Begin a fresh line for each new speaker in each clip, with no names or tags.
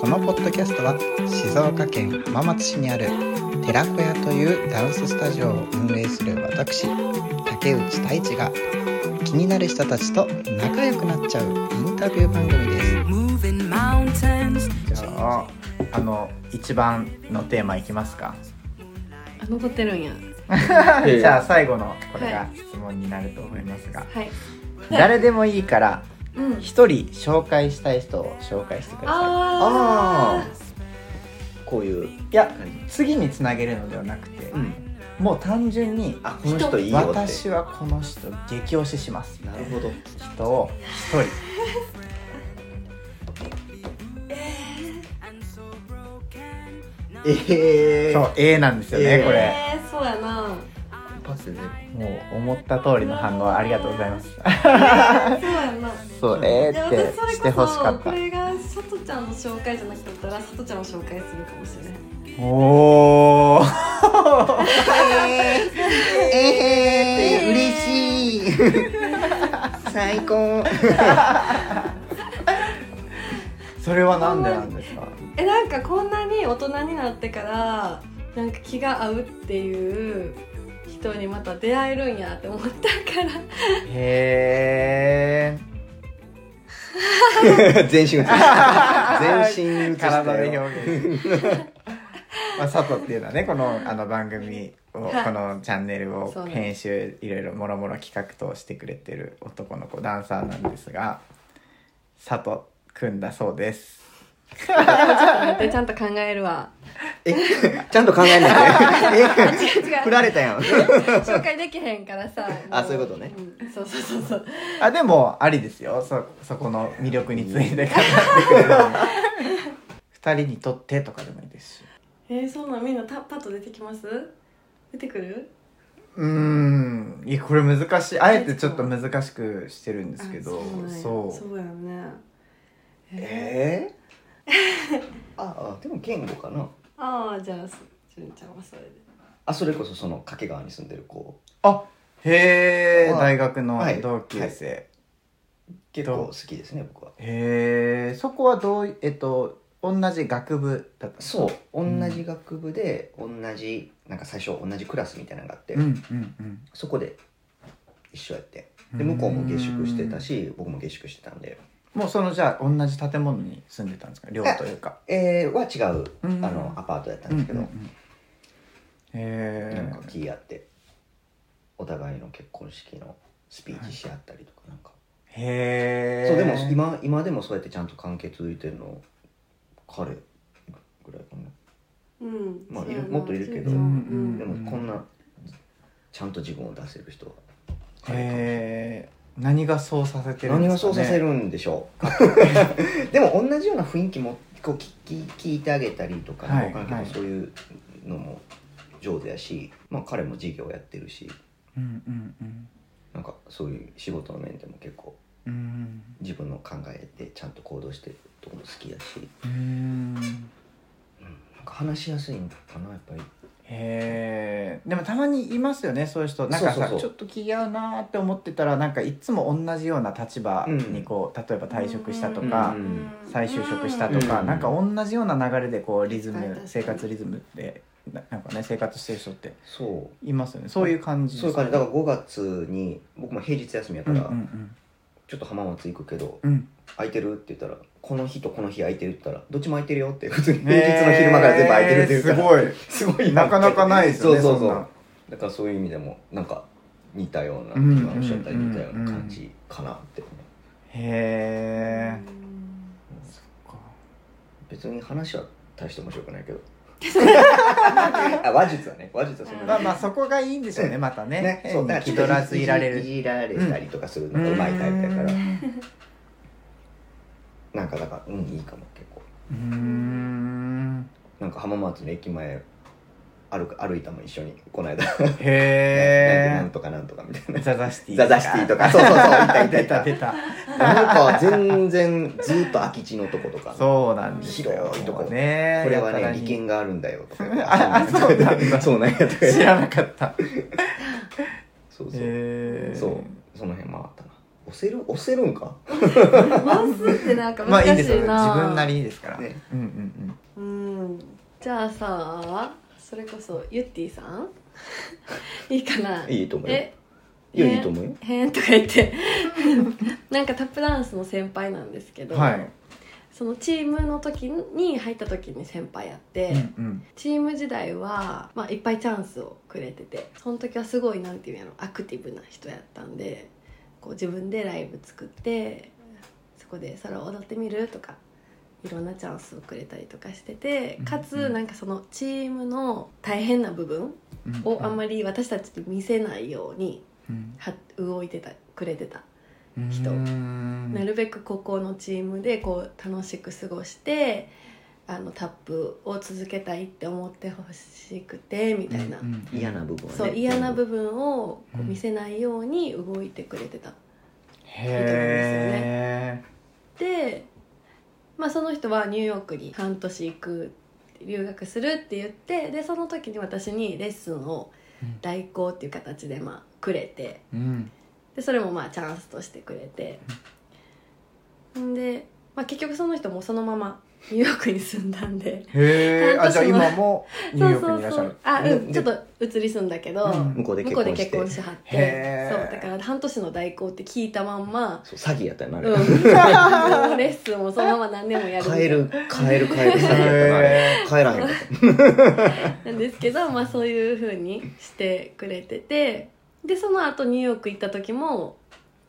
このポッドキャストは静岡県浜松市にある寺子屋というダンススタジオを運営する私竹内太一が気になる人たちと仲良くなっちゃうインタビュー番組です
Moving mountains.
じゃああの一番のテーマいきますか
あ残ってるんや
ええ
じゃあ最後のこれ
は
が
い
質問になると思いますが、
はい
誰でもいいから
うん
一人紹介したい人を紹介してくださ
あ
こういう
いいや
感じ
次につなげるのではなくて、
うん
もう単純に
あこの人いいよって
私はこの人激推しします
なるほど
人を一人
ええ
そう A なんですよね、
えー
これ
えー、そうやな
パスね
もう思った通りの反応ありがとうございます
そうやな
そうえ
で
ー、っ
私
て
それ
して
こ
ほしか
そ
っ
こ
た
れがさとちゃんの紹介じゃなかったらさとちゃんを紹介するかもしれない
おおえ
ー
嬉し い最高 それはなんでなんですか
えなんかこんなに大人になってからなんか気が合うっていう人にまた出会えるんやって思ったから
へえ
全身映した全身映したよ
体で表現まあ佐藤っていうのはねこのあの番組を、
はい
このチャンネルを
そうなんです
編集いろいろもろもろ企画としてくれてる男の子ダンサーなんですが佐藤くんだそうです
でちゃんと考えるわ
えちゃんと考えないで
違う違
え振
う
られたやん
紹介できへんからさ
あ
も
そういうことね
うんそうそうそうそう
あでもありですよそそこの魅力について語ってくれる2人にとってとかでもいいですし
えー、そうなんみんなたパッと出てきます出てくる
うーんいやこれ難しいあえてちょっと難しくしてるんですけど
あそうなんや
そう
そうやんねえ
ええああでも言語かな
ー、ああじゃあじゅんちゃんはそれで
あそれこそその掛川に住んでる子
あへえ
は
大学の
はい
同級生、
結構好きですね僕は
へえそこはどうえっと同じ学部だった
そう同
ん
じ学部で同じなんか最初同じクラスみたいなのがあって、
んうんうん
そこで一緒やってで向こうも下宿してたし僕も下宿してたんで
もうそのじゃあ同じ建物に住んでたんですか寮というか
えー、は違う、
うん
あのアパートやったんですけど、
うんうんうんへ
なんか気合ってお互いの結婚式のスピーチし合ったりとかなんか、
えへえ
そうでも今今でもそうやってちゃんと関係続いてるの彼ぐらいかな、
うん
まあ
そうやない
るもっといるけど
じゅんちゃん
うんうん
でもこんなちゃんと自分を出せる人は彼かもしれない
へえ何がそうさせてるん
何
で
が
すか、ね、
そうさせるんでしょう でも同じような雰囲気もこう聞き聞いてあげたりとか、
はい
わからん
は
け
い
どそういうのも上手やし、まあ、彼も事業やってるし
うんうんうん
なんかそういう仕事の面でも結構
うん
自分の考えでちゃんと行動してるとこも好きだし、
うん
なんか話しやすいのかなやっぱり
へえでもたまにいますよねそういう人なんかさ
そうそうそう
ちょっと気合うなーって思ってたらなんかいつも同じような立場にこう、例えば退職したとか
う、ん
再就職したとか、
うん
なんか同じような流れでこうリズム、
確かに確かに
生活リズムでななんかね生活してる人って
そ
いますよねそういう感
う
じ
そういう感じだから5月に僕も平日休みやか
うんう
ら、
ん
ちょっと浜松行くけど
うんうん
空いてるって言ったらこの日とこの日空いてるって言ったらどっちも空いてるよって普通に平
えー
日の昼間から全部空いてるって言うから、すごいすごい
なかなかないですよね
そうそう
そん
そ
な
うだからそういう意味でもなんか似たような
うんうん
今おっしゃったように似たような感じかなって、
へえ
別に話は大して面白くないけどあ話術はね話術はそんな
まあまあそこがいいんでしょうねまたね
ね、
変に
ちょ
気
っと
取らずいられる
いじられたりとかするのがうまいタイプだから、なんかだからうんいいかも結構
うー ん
なんか浜松の駅前歩く歩いたもん一緒にこの間な
へ
んとかなんとかなんとかみたい
え
な
ザザシティ
ザザシティとかそうそうそういたいた
出
い
た
た
出た
なんか全然ずっと空き地のとことかこ
そうなんですよ
広いとこ
もうね
れは
やたら
ね
に
利権があるんだよとか
ああそうなん だ
そうなんやとか
知らなかった
そうそう、
へえ
そうその辺回ったな押せる押せるんか
回すってなんか
まあいい
難
んで
し
すよ
いな、
自分なりにですから、
ね
うんうん
うんじゃあさそれこそゆってぃさ んいいかない
いと思うよ
え
いやいいと思うよ
へん とか言ってなんかタップダンスの先輩なんですけ
う
ど、
んはい、
そのチームの時に入った時に先輩やって、
うんうん、
チーム時代は、まあ、いっぱいチャンスをくれててその時はすごいなんていうんやろアクティブな人やったんでこう自分でライブ作ってそこで「それを踊ってみる?」とかいろんなチャンスをくれたりとかしててか
うんう
つ
ん
なんかそのチームの大変な部分をあんまり私たちに見せないようには動いてたくれてた
り
人な
な
るべくここのチームでこう楽しく過ごしてあのタップを続けたいって思ってほしくてみたいな、
嫌な部分はね
そう嫌な部分をこう
うん
見せないように動いてくれてた。
へえ
で、まあ、その人はニューヨークに半年行く留学するって言ってでその時に私にレッスンを代行っていう形でまあくれて。
うん
でそれもまあチャンスとしてくれてんで、まあ、結局その人もそのままニューヨークに住んだんで
へえあじゃあ
半年前
今もニューヨークにいらっしゃる
あ、うん、
で
ちょっと移り住んだけど、
うん
向こうで
向
結
こうで
婚
結
して
婚しはって
へ
そ
ー
うだから半年の代行って聞いたまんま、
そう詐欺やったよな
う
あ
ん、
れ、
レッスンもそのまま何年もやるみた
変
いな
える変える変える詐欺やったなあれ
へ
変えらへんかった
なんですけど、まあ、そういう風にしてくれててでその後ニューヨーク行った時も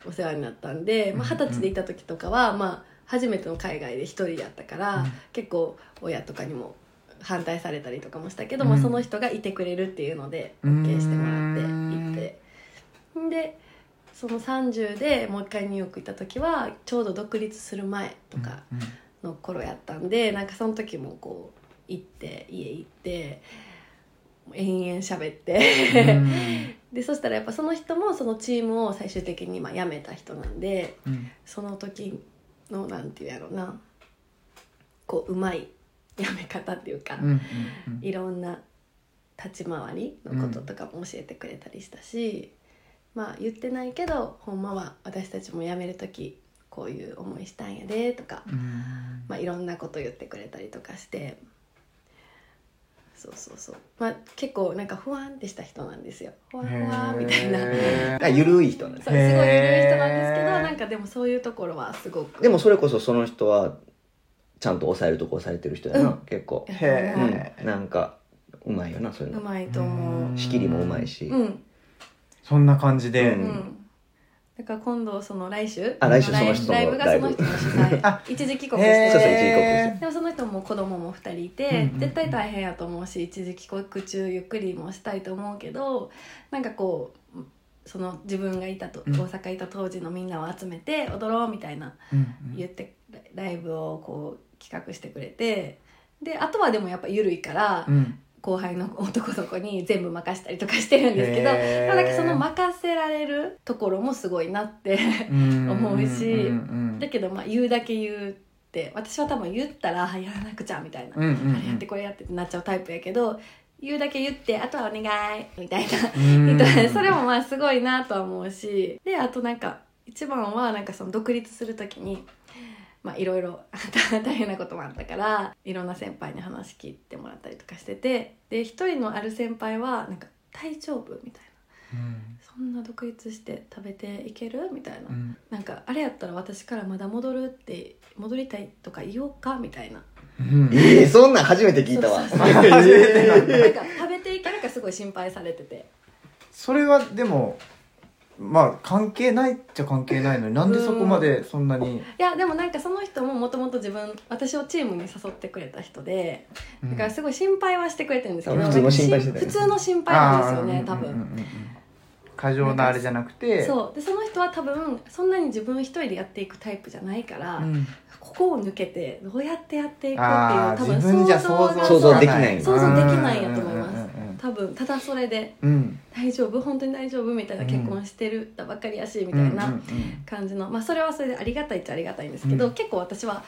お世話になったんでまあ二十、歳で行った時とかは、まあ、初めての海外で一人やったから、
うん
結構親とかにも反対されたりとかもしたけど、
うん
まあ、その人がいてくれるっていうので
うん
OK してもらって行って。でその30でもう一回ニューヨーク行った時はちょうど独立する前とか
うん
の頃やったんでなんかその時もこう行って家行って延々喋って でそしたらやっぱその人もそのチームを最終的にまあ辞めた人なんで
うん
その時のなんていうやろなこううまい辞め方っていうか、
うんうんうん
いろんな立ち回りのこととかも教えてくれたりしたし、まあ言ってないけどほんまは私たちも辞める時こういう思いしたんやでとか
うん
まあ、いろんなこと言ってくれたりとかしてそうそうそう、まあ、結構なんか不安ってした人なんですよほわほわみたいなそうす
へー
あ緩い人なんです
ごい緩い人なんですけど
へー
なんかでもそういうところはすごく
でもそれこそその人はちゃんと抑えるとこ抑えてる人やな、
うん
結構、
へ
う
ー
うん、なんかうまいよなそういう
う
の
まいと思う
仕切りもうまいし、
うん
そんな感じで、
う
うんん、だから今度その来週
あ来週
ライ
その人の
ライブがその人の主催
あ
一時帰国して
へー
そうそう一時帰国ですよ
でもその人も子供も2人いて、
うんうんうん
絶対大変やと思うし一時帰国中ゆっくりもしたいと思うけどなんかこうその自分がいたと、
うん
大阪いた当時のみんなを集めて踊ろうみたいな
うん
言ってライブをこう企画してくれてであとはでもやっぱ緩いから、
うん
後輩の男の子に全部任したりとかしてるんですけど、
へー
なんかその任せられるところもすごいなって。
うん
思うし
うん
だけどまあ言うだけ言うって私は多分言ったらあやらなくちゃみたいな、
うんうんうん
あれやってこれやってってなっちゃうタイプやけど言うだけ言ってあとはお願いみたいな
うんうんうん
それもまあすごいなとは思うしであとなんか一番はなんかその独立する時にまあいろい ろ大変なこともあったからいろんな先輩に話聞いてもらったりとかしててで一人のある先輩はなんか「大丈夫?」みたいな
うん
「そんな独立して食べていける?」みたいな
うん
なんかあれやったら私からまだ戻るって戻りたいとか言おうかみたいな
うん
えーそんなん初めて聞いたわ
そうそうそうなんか食べていけるかすごい心配されてて
それはでもまあ関係ないっちゃ関係ないのになんでそこまでそんなに、
いやでもなんかその人ももともと自分私をチームに誘ってくれた人で
うん
だからすごい心配はしてくれてるんですけど
多分普通の心配してたよね
普通の心配なんですよね
あ
多
ーうんうんうん
分
うん過剰なあれじゃなくて
そうでその人は多分そんなに自分一人でやっていくタイプじゃないから、
うん
ここを抜けてどうやってやっていくっていう
あ
多
ー
分
自分じゃ想
が
像
想像できない
想像できないやと思います
うんうん
多分ただそれで
うんうん
大丈夫本当に大丈夫みたいな
うん
結婚してるだばっかりやしみ
う
た
ん
い
うん
な感じの、まあそれはそれでありがたいっちゃありがたいんですけど、
うん
結構私は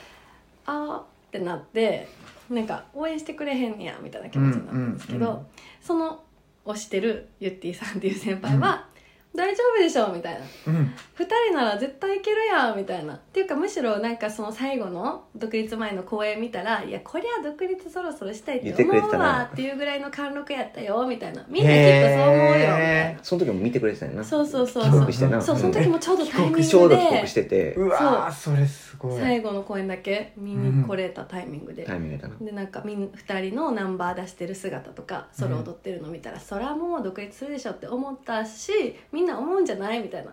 あーってなってなんか応援してくれへんねやみたいな気持ちになったんですけど、
うんうんうん
その推してるゆってぃさんっていう先輩は、大丈夫でしょ」みたいな
うん
2人なら絶対いけるやんみたいなっていうかむしろなんかその最後の独立前の公演見たら「いやこりゃ独立そろそろしたいって
言ってくれ
思
てた
う
な
わ」っていうぐらいの貫禄やったよみたいなみんなきっとそう思うよみたい
へー その時も見てくれてたよな
なそうそうそう
帰
そ
国
う
してな
そうその時もちょうどタイミングで
ちょうど帰国してて
うわーそれすごい
最後の公演だけ見に来れたタイミングで、
タイミングだな
でなんかみん2人のナンバー出してる姿とかソロ踊ってるの見たら、そらもう独立するでしょって思ったしみんな思うんじゃないみたい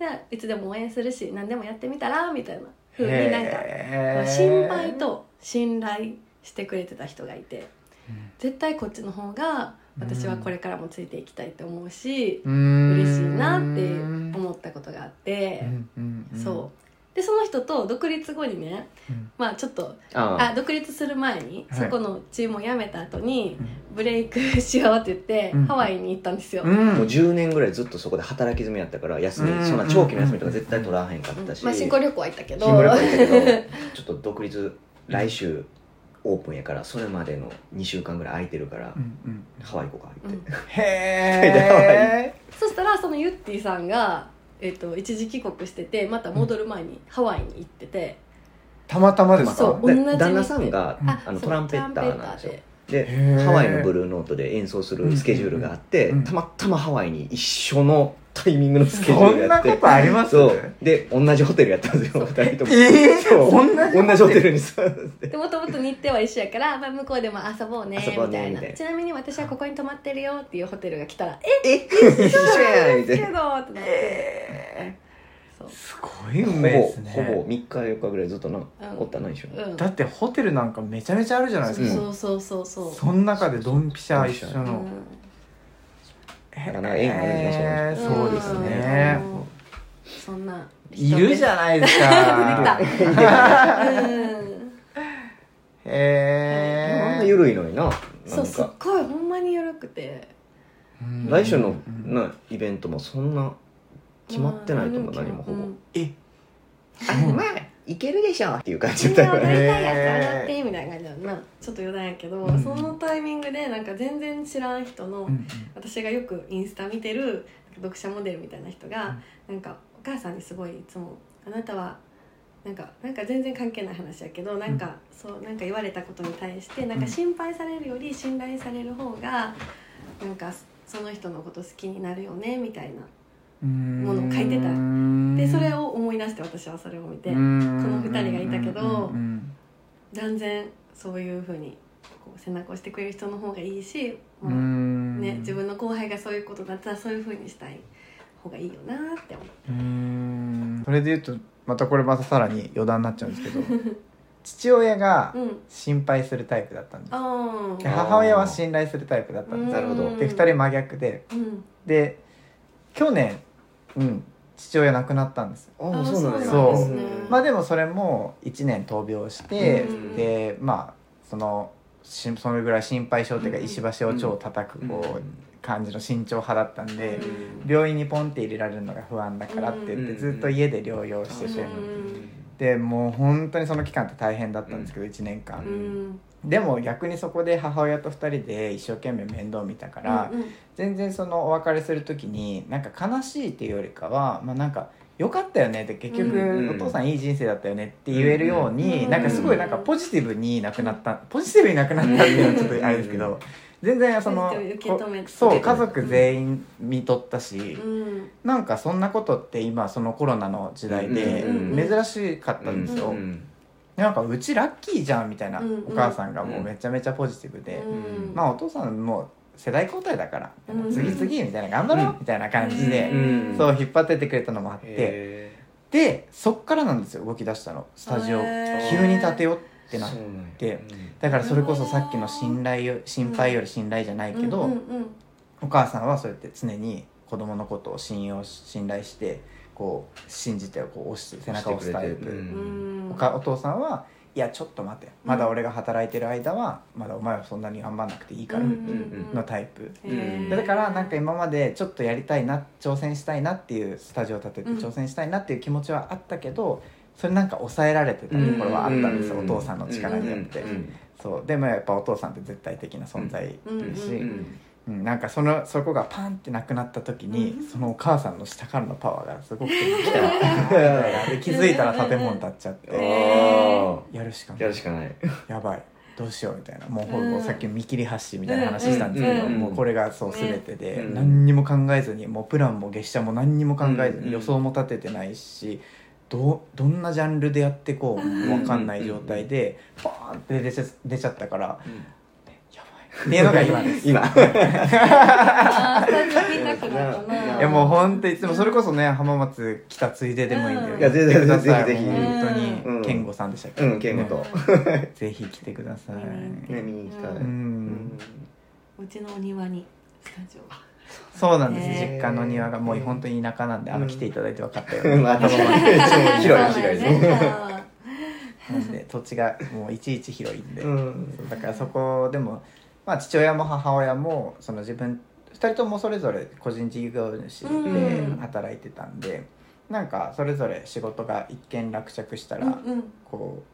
なでいつでも応援するし何でもやってみたらみたいな風になんか
へー
心配と信頼してくれてた人がいて、絶対こっちの方が私はこれからもついていきたいと思うし、
うーん
嬉しいなって思ったことがあって。
うんうんうん
そうでその人と独立後にね、
うん
まあちょっとあ
あ
独立する前に、
はい
そこのチームを辞めた後に
うん
ブレイクしようって言って、
うん
ハワイに行ったんですよ、
うん
あもう10年ぐらいずっとそこで働き詰めやったから休み
うん
そんな長期の休みとか絶対取らへんかったし
まあ新婚旅行は行ったけど
新婚 旅行やったけどちょっと独立来週オープンやからそれまでの2週間ぐらい空いてるから
うんうん
ハワイ行こうか言って
うん
へえ
そしたらそのゆってぃさんが、えっと一時帰国しててまた戻る前にハワイに行ってて、
たまたまです
そ
か
う
で
同じ
旦那さんが
うん
あ
あの
そう
トランペッターなんですよ
トランペッターで
で
へー
ハワイのブルーノートで演奏するスケジュールがあって、
うん
たまたまハワイに一緒のタイミングのスケジュ
そ
ールが
ん
あ
な
って
ことあります
そうで同じホテルやったんですよ2人とも
えー
そう
同じ
同じホテルに座って
でもともと日程は一緒やから、まあ、向こうでも遊ぼうね
遊ぼう
みた
ね
い
み
な
たいな
ちなみに私はここに泊まってるよっていうホテルが来たら「
一緒やんみ
え
た
っ
い
けど
な」
ってなって、そう
すごい
ほ
運
ぼ
命です
ほぼ
ね
3日4日ぐらいずっとな、おったらないでしょ、
うん
だってホテルなんかめちゃめちゃあるじゃないですか
そうそうそうそう
その中でドンピシャ一緒
う
の
ん
へ
だから縁があるんじゃない
えそうです
う
ね
んそんない
るじ
ん
ゃないですか
出てきた、うん、
へえ
あんな緩いのにななんか
そうすっごいほんまに緩くて
来週の
うん
なイベントもそんな決まってないと思う、
ん
何もほぼ、
うん
え
まあいけるでしょっていう感
み
じ
ん
だ
な
った
踊り
から
へ
たいやつ踊ってみたいな感じだなちょっと余談やけど、
うん
そのタイミングでなんか全然知らん人の、
うん
私がよくインスタ見てる読者モデルみたいな人が、なんかお母さんにすごいいつも「あなたはなんかなんか全然関係ない話やけどなんか、そうなんか言われたことに対してなんか心配されるより信頼される方がなんかその人のこと好きになるよね」みたいな
うん
ものを書いてた
うん
でそれを思い出して私はそれを見て、
うん
この二人がいたけど
うんうん
断然そういうふうにこう背中を押してくれる人の方がいいし、
う
まあ
ん
ね、自分の後輩がそういうことだったらそういうふうにしたい方がいいよなって思う。
うーんそれで言うとまたこれまたさらに余談になっちゃうんですけど父親が
うん
心配するタイプだったんです
あ
で
あ
母親は信頼するタイプだったんです
なるほど
で2人真逆で
うん
で去年、うん、父親亡くなったんです
あ
あ
あそうなんや
そうなん
ですね
まあでもそれも1年闘病して、
うん
でまあそのしそれぐらい心配性というか
うん
石橋を超叩くこう感じの慎重派だったんで、
う
病院にポンって入れられるのが不安だからって言って
うん
ずっと家で療養してて、
うん
でもう本当にその期間って大変だったんですけど、1年間
う、ん
でも逆にそこで母親と2人で一生懸命面倒見たから、
うんうん
全然そのお別れする時になんか悲しいっていうよりかはまあなんか良かったよねって結局、
うん
お父さんいい人生だったよねって言えるように、
うん
なんかすごいなんかポジティブになくなったポジティブになくなったっていうのはちょっとあれですけど、
うん
全然その
ポジティブに受け止めて
こそう家族全員見とったし、
うん
なんかそんなことって今そのコロナの時代で
うん
珍しかったんですよ、なんかうちラッキーじゃんみたいな、
うん
お母さんがもうめちゃめちゃポジティブで、
うん
まあお父さんもう世代交代だから、
うん
次々みたいな頑張ろう、
うん
みたいな感じで、
うん
そう引っ張ってってくれたのもあって、
へ
でそっからなんですよ動き出したのスタジオ
へー
急に立てようっ
ー
てな
そうなんや
でだからそれこそさっきの信頼よ心配より信頼じゃないけど、
うんうん
お母さんはそうやって常に子供のことを信用し信頼してこう信じてこう押して背中を押すタイ
押してくれて
プ、
るうん
うん
おかお父さんはいやちょっと待てまだ俺が働いてる間はまだお前はそんなに頑張んなくていいから
うんうんうん
のタイプ、
へー
だからなんか今までちょっとやりたいな挑戦したいなっていうスタジオを立てて
うん
挑戦したいなっていう気持ちはあったけどそれなんか抑えられてたところはあったんですよ、
う
お父さんの力によって、
うん
そうでもやっぱお父さんって絶対的な存在だし、
うんうんうん
うん、なんかそのそこがパンってなくなった時に、そのお母さんの下からのパワーがすごく来 たで気づいたら建物建っちゃっ
あ
て
ー
やるしかな
や
い
るしかない
やばいどうしようみたいなもうほ
う
ぼ
ん
さっき見切り発しみたいな話したんですけど、
うんうん
もうこれがそう全てで、
うん
何にも考えずにもうプランも月謝も何にも考えず
うん
に予想も立ててないしどうどんなジャンルでやってこうも分かんない状態でバーンって出ちゃ出ちゃったからやばいっていうのが今 です。
今
あースタジオ見たくなったな。
いやもうほんといつもそれこそね浜松来たついででもいいんで、
うん
来てください
いやぜひぜひ
もう本当
うん
に健吾さんでしたっけ、
うん健吾と
ぜひ来てください、
うん
ね見に行きたい、
う
うん
ん
うちのお庭にスタ ジオが。
そうなんです、
ね
実家の庭がもう本当に田舎なんで、あ
う
の
ん
来ていただいて分かったよ、う
うん
に
まあ頭も
広い広
そ
い
うだよ
広い
ね。
なんで土地がもういちいち広いんで、
うん
だからそこでも、まあ、父親も母親もその自分2人ともそれぞれ個人事業主で
うん
働いてたんで、なんかそれぞれ仕事が一見落着したら、
うんうん
こう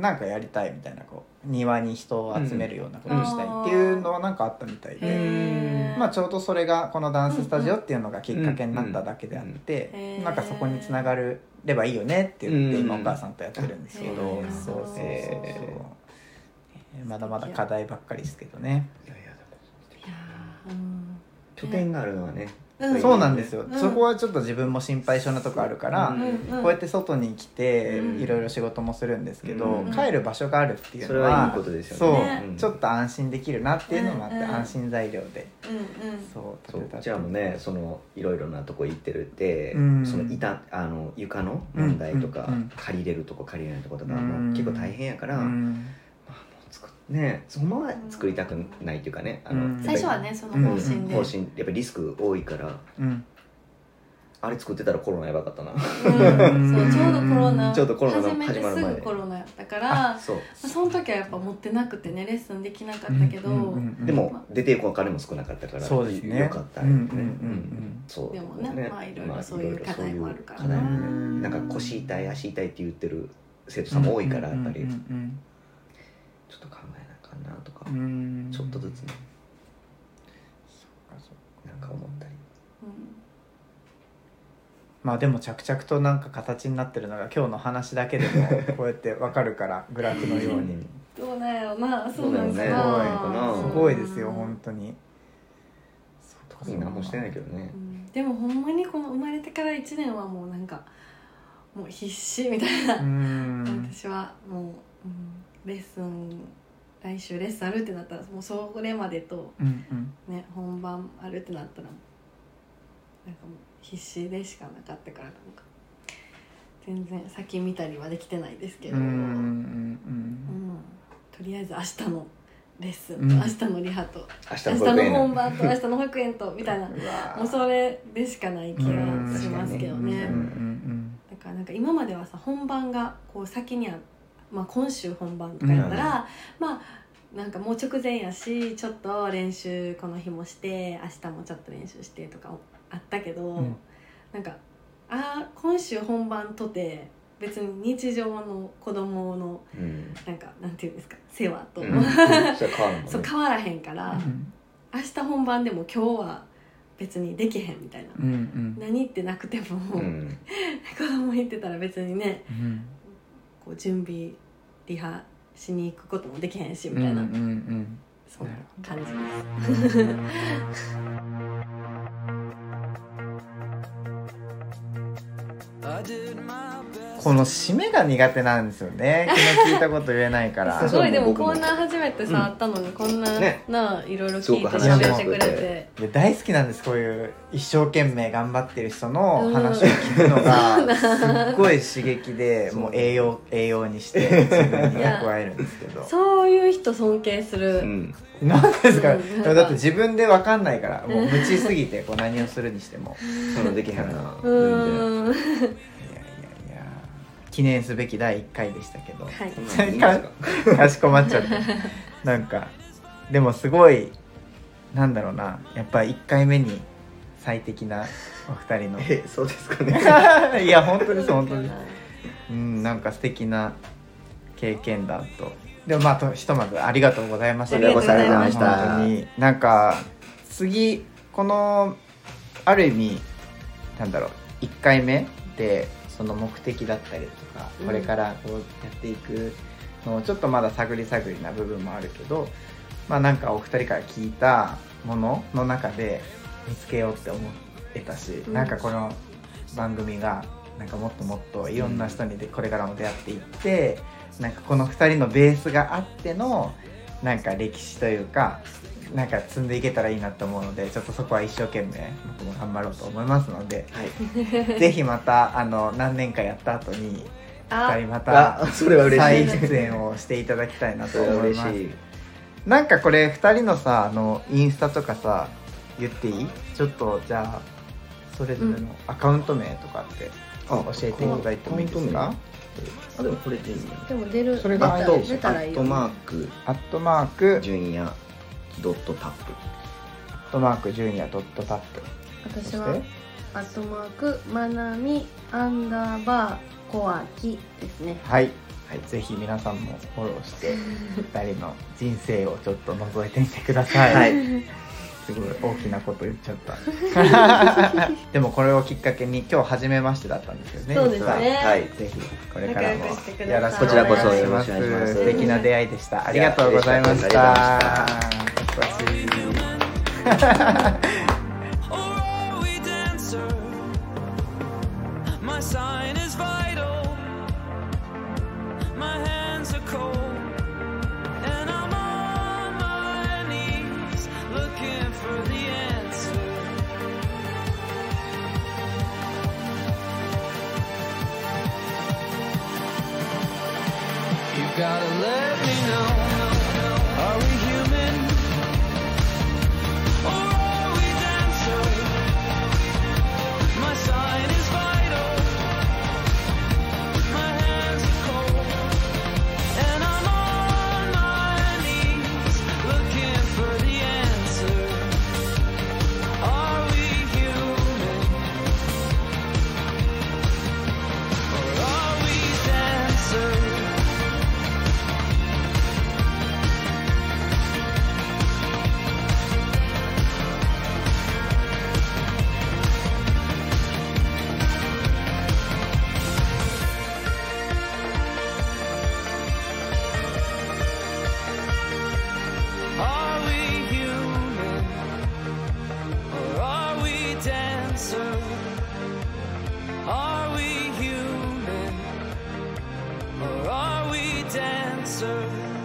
なんかやりたいみたいなこう庭に人を集めるようなことをしたいっていうのはなんかあったみたいで、
へー
まあ、ちょうどそれがこのダンススタジオっていうのがきっかけになっただけであって、
うんうん
なんかそこにつながればいいよねって言って
うん
今お母さんとやってるんですけど、
うん
そうそうそうそう、
へ
えーまだまだ課題ばっかりですけどね、
いやいやでも
いやーうん
拠点があるのはね、
うん
そうなんですよ、
うん
そこはちょっと自分も心配性なとこあるか
う
ら、
ん
こうやって外に来て
うん
いろいろ仕事もするんですけど、
うん
帰る場所があるっていう
そ
の
れ
は
はいいことですよね
そう、
うん
ちょっと安心できるなっていうのもあって、
うんうん
安心材料で
うんうん
そう
そ
立
う
てた
じゃあもうねそのいろいろなとこ行ってるって、
うん
その板あの床の問題とか、
うんうんうん
借りれるとこ借りれないとことか、
うん
もう結構大変やから、
う
もうん作っねそのまま作りたくないっていうかねあの、
うん
やっぱ
最
り
初はねその方針で
方針やっぱりリスク多いから
うん
あれ作ってたらコロナやばかったな
うんそうちょうどコロナ
ちょうどコロナの
始めて
始まる
す
前
ぐコロナやったか ら
そう
その時はやっぱ持ってなくてねレッスンできなかったけど、
うんうんうん
でも出ていくお金も少なかったから
そうですね
よかったよね
うんうんうんうん
そう
でもねまあいろいろそういう課題もあるから
課題もね
うん
なんか腰痛い足痛いって言ってる生徒さんも多いからやっぱり
うんうん
ちょっと考えなあかんなとか
うんうんうん
ちょっとずつね
そうかそうか
なんか思ったり
う
まあでも着々となんか形になってるのが今日の話だけでもこうやってわかるからグラフのように
ん、どうなんやろなそうなんか
どうなんやろな
すごいですよ本当に
特に何もしてないけどね
うんでもほんまにこの生まれてから1年はもうなんかもう必死みたいな、
うん
私はもう、うんレッスン来週レッスンあるってなったらもうそれまでと
うんうん
ね本番あるってなったらなんかもう必死でしかなかったからなんか全然先見たりはできてないですけ
うんう
ど、
ん
うんとりあえず明日のレッスンと、
うん
明日のリハと
明日
明
の
日
保育
の
園
本番と明日の保育園とみたいな
うんうわ
もうそれでしかない気がしますけどね
うんうんうん
だからなんか今まではさ本番がこう先にあ、まあ、今週本番とかやったら、まあなんかもう直前やしちょっと練習この日もして明日もちょっと練習してとかあったけど、
ん
なんかあー今週本番とて別に日常の子供の
うん
なんかなんていうんですか世話と、
うんそれ変わるもんね
そう変わらへんから、
うん
明日本番でも今日は別にできへんみたいな、
うんうん
何ってなくても、
うん
子供行ってたら別にね
うん
こう準備リハしに行くこともできへんしみ
うん
たいな、
うんうん
そんな感じです、
この締めが苦手なんですよね気の利いたこと言えないから
そう
すごいでも
僕も
こんな初めてさあったのにこんな、
ね
なあいろいろ
す
聞
ご
い
く
て
話
喋
しや
す
って
くて
くれて
で大好きなんですこういう一生懸命頑張ってる人の話を聞くのがすっごい刺激でもう栄養栄養にして自分に蓄えるんですけど
そういう人尊敬する、
うん
何ですか、
うん
だって自分で分かんないからもう無知すぎてこう何をするにしても
そんなできへんな
うーん
いやいやいや記念すべき第1回でしたけど、
はい
そんなんいいんですか
かしこまっちゃったなんかでもすごいなんだろうなやっぱ1回目に最適なお二人 の
えそうですかね
いや本当です本当ですうんなんか素敵な経験談とでもまあとひとまずありがとうございました
ありがとうございました
本当になんか次このある意味なんだろう1回目でその目的だったりとか
うん
これからこうやっていくのをちょっとまだ探り探りな部分もあるけどまあなんかお二人から聞いたものの中で見つけようって思えたし、
ん
なんかこの番組がなんかもっともっといろんな人にでこれからも出会っていってなんかこの2人のベースがあってのなんか歴史というかなんか積んでいけたらいいなと思うのでちょっとそこは一生懸命僕も頑張ろうと思いますので
はい
ぜひまたあの何年かやった後に
あ
2人また
あそれは嬉
再
しい
出演をしていただきたいな
そ
と
れは
思い
嬉し
ます。
い
なんかこれ2人のさあのインスタとかさ言っていいちょっとじゃあそれぞれのアカウント名とかって
あ
教えていただいてもいいですか
あでもこれでいいんだ
でも出る
それ
ア
が
ッ
出た
ト
ど
ア
う
出たらい
ッ
い
ト
よね
マーク
アットマーク
純也ドットタップ
アットマークジュニアドットタップ
私
そ
は
して
アットマークまなみアンダーバーコアキですね
はい、はい、ぜひ皆さんもフォローして2人の人生をちょっと覗いてみてください、
はい
すごい大きなこと言っちゃった でもこれをきっかけに今日初めましてだったんですよね
そうです
実は
ね
はい
ぜひこれからも
仲良くしてください
よろしく
こ
お願いします
ちらこそよろしくお願いします
素敵な出会いでしたありがとうございまし
いや
た懐かしい
Oh, we dancer. My sign is vital. My hands are cold. And I'm on my knees looking for the answer. You gotta let me know. Are we human? Or are we dancer? My sign is vital. My hands are cold. And I'm on my knees looking for the answer. Are we human? Or are we dancers? Are we human or are we dancer? Are we human or are we dancer?